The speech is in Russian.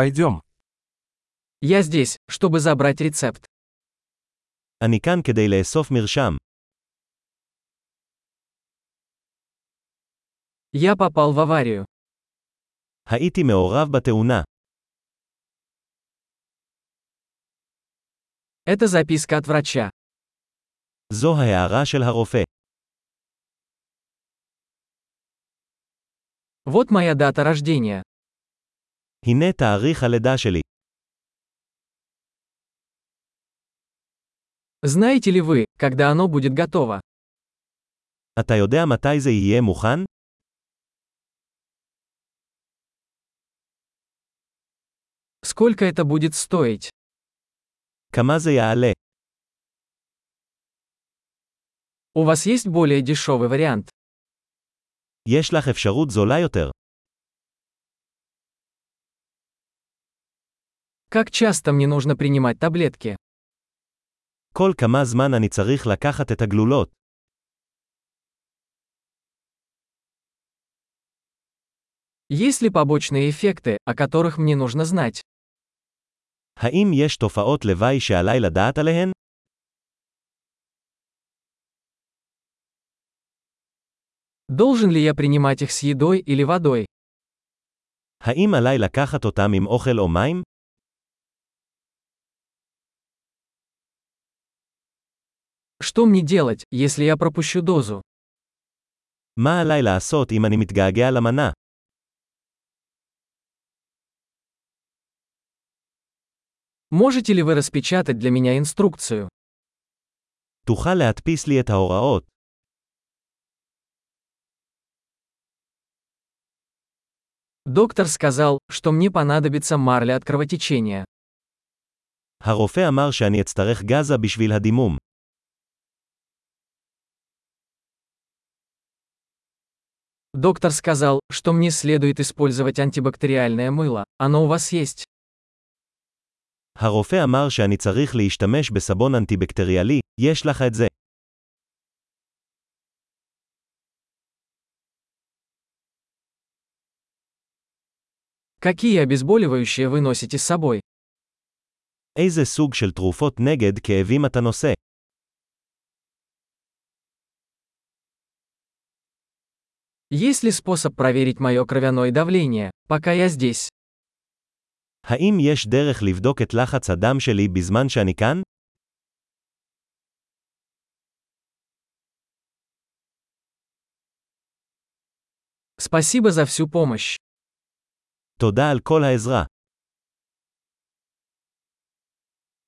Пойдем. Я здесь, чтобы забрать рецепт. אני כאן כדי לאסוף מרשם. Я попал в аварию. הייתי מעורב בתאונה. Это записка от врача. זו ההערה של הרופא. Вот моя дата рождения. הנה תאריך הלידה שלי. Знаете ли вы, когда оно будет готово? אתה יודע מתי זה יהיה מוכן? Сколько это будет стоить? כמה זה יעלה? У вас есть более дешевый вариант? יש לך אפשרות זולה יותר. Как часто мне нужно принимать таблетки? כל כמה זמן אני צריך לקחת את הגלולות. Есть ли побочные эффекты, о которых мне нужно знать? האם יש תופעות לוואי שעליי לדעת עליהן? Должен ли я принимать их с едой или водой? האם עליי לקחת אותם עם אוכל או מים? Что мне делать, если я пропущу дозу? מה עליי לעשות אם אני מתגעגע למנה? Можете ли вы распечатать для меня инструкцию? תוכל להדפיס לי את ההוראות. Доктор сказал, что мне понадобится марля от кровотечения. הרופא אמר שאני אצטרך גזה בשביל הדימום. Доктор сказал, что мне следует использовать антибактериальное мыло. Оно у вас есть. הרופא אמר שאני צריך להשתמש בסבון אנטיבקטריאלי, יש לך את זה. Какие обезболивающие вы носите с собой? איזה סוג של תרופות נגד כאבים אתה נושא? Есть ли способ проверить мое кровяное давление, пока я здесь? האם יש דרך לבדוק את לחץ הדם שלי בזמן שאני כאן? Спасибо за всю помощь. תודה על כל העזרה.